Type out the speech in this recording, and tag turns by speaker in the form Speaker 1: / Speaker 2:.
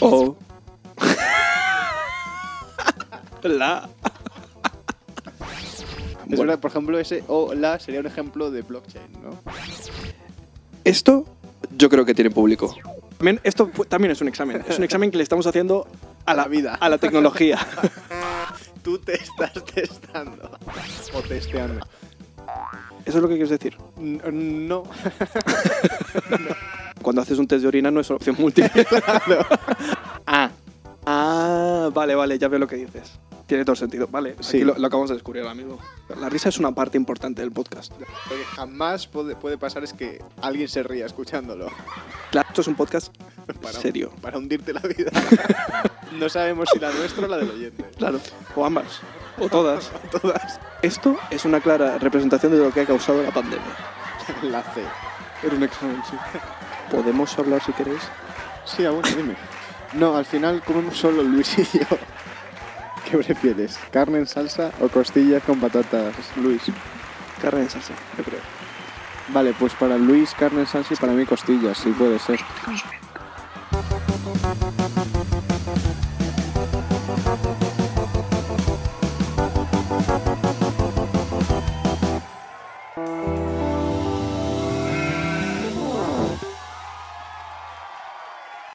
Speaker 1: O. la.
Speaker 2: Es verdad, por ejemplo, ese o la sería un ejemplo de blockchain, ¿no?
Speaker 1: Esto yo creo que tiene público. También, esto pu- también es un examen. Es un examen que le estamos haciendo a la vida, a la tecnología.
Speaker 2: Tú te estás testando. O testeando.
Speaker 1: Eso es lo que quieres decir.
Speaker 2: N- No.
Speaker 1: Cuando haces un test de orina no es una opción múltiple.
Speaker 2: Ah.
Speaker 1: ah, vale, vale, ya veo lo que dices. Tiene todo el sentido. Vale,
Speaker 2: Sí.
Speaker 1: aquí lo, lo acabamos de descubrir ahora mismo. La risa es una parte importante del podcast.
Speaker 2: Lo que jamás puede, puede pasar es que alguien se ría escuchándolo.
Speaker 1: Claro, esto es un podcast
Speaker 2: Para,
Speaker 1: serio.
Speaker 2: Para hundirte la vida. No sabemos si la nuestra o la del oyente.
Speaker 1: Claro. O ambas. O todas.
Speaker 2: Todas.
Speaker 1: Esto es una clara representación de lo que ha causado la pandemia.
Speaker 2: La C.
Speaker 1: Era un examen, sí. Podemos hablar si queréis.
Speaker 2: Sí, ah, bueno, dime. No, al final comemos solo Luis y yo. ¿Qué prefieres? ¿Carne en salsa o costillas con patatas, Luis?
Speaker 1: Carne en salsa, yo creo.
Speaker 2: Vale, pues para Luis carne en salsa y para mí costillas, sí puede ser.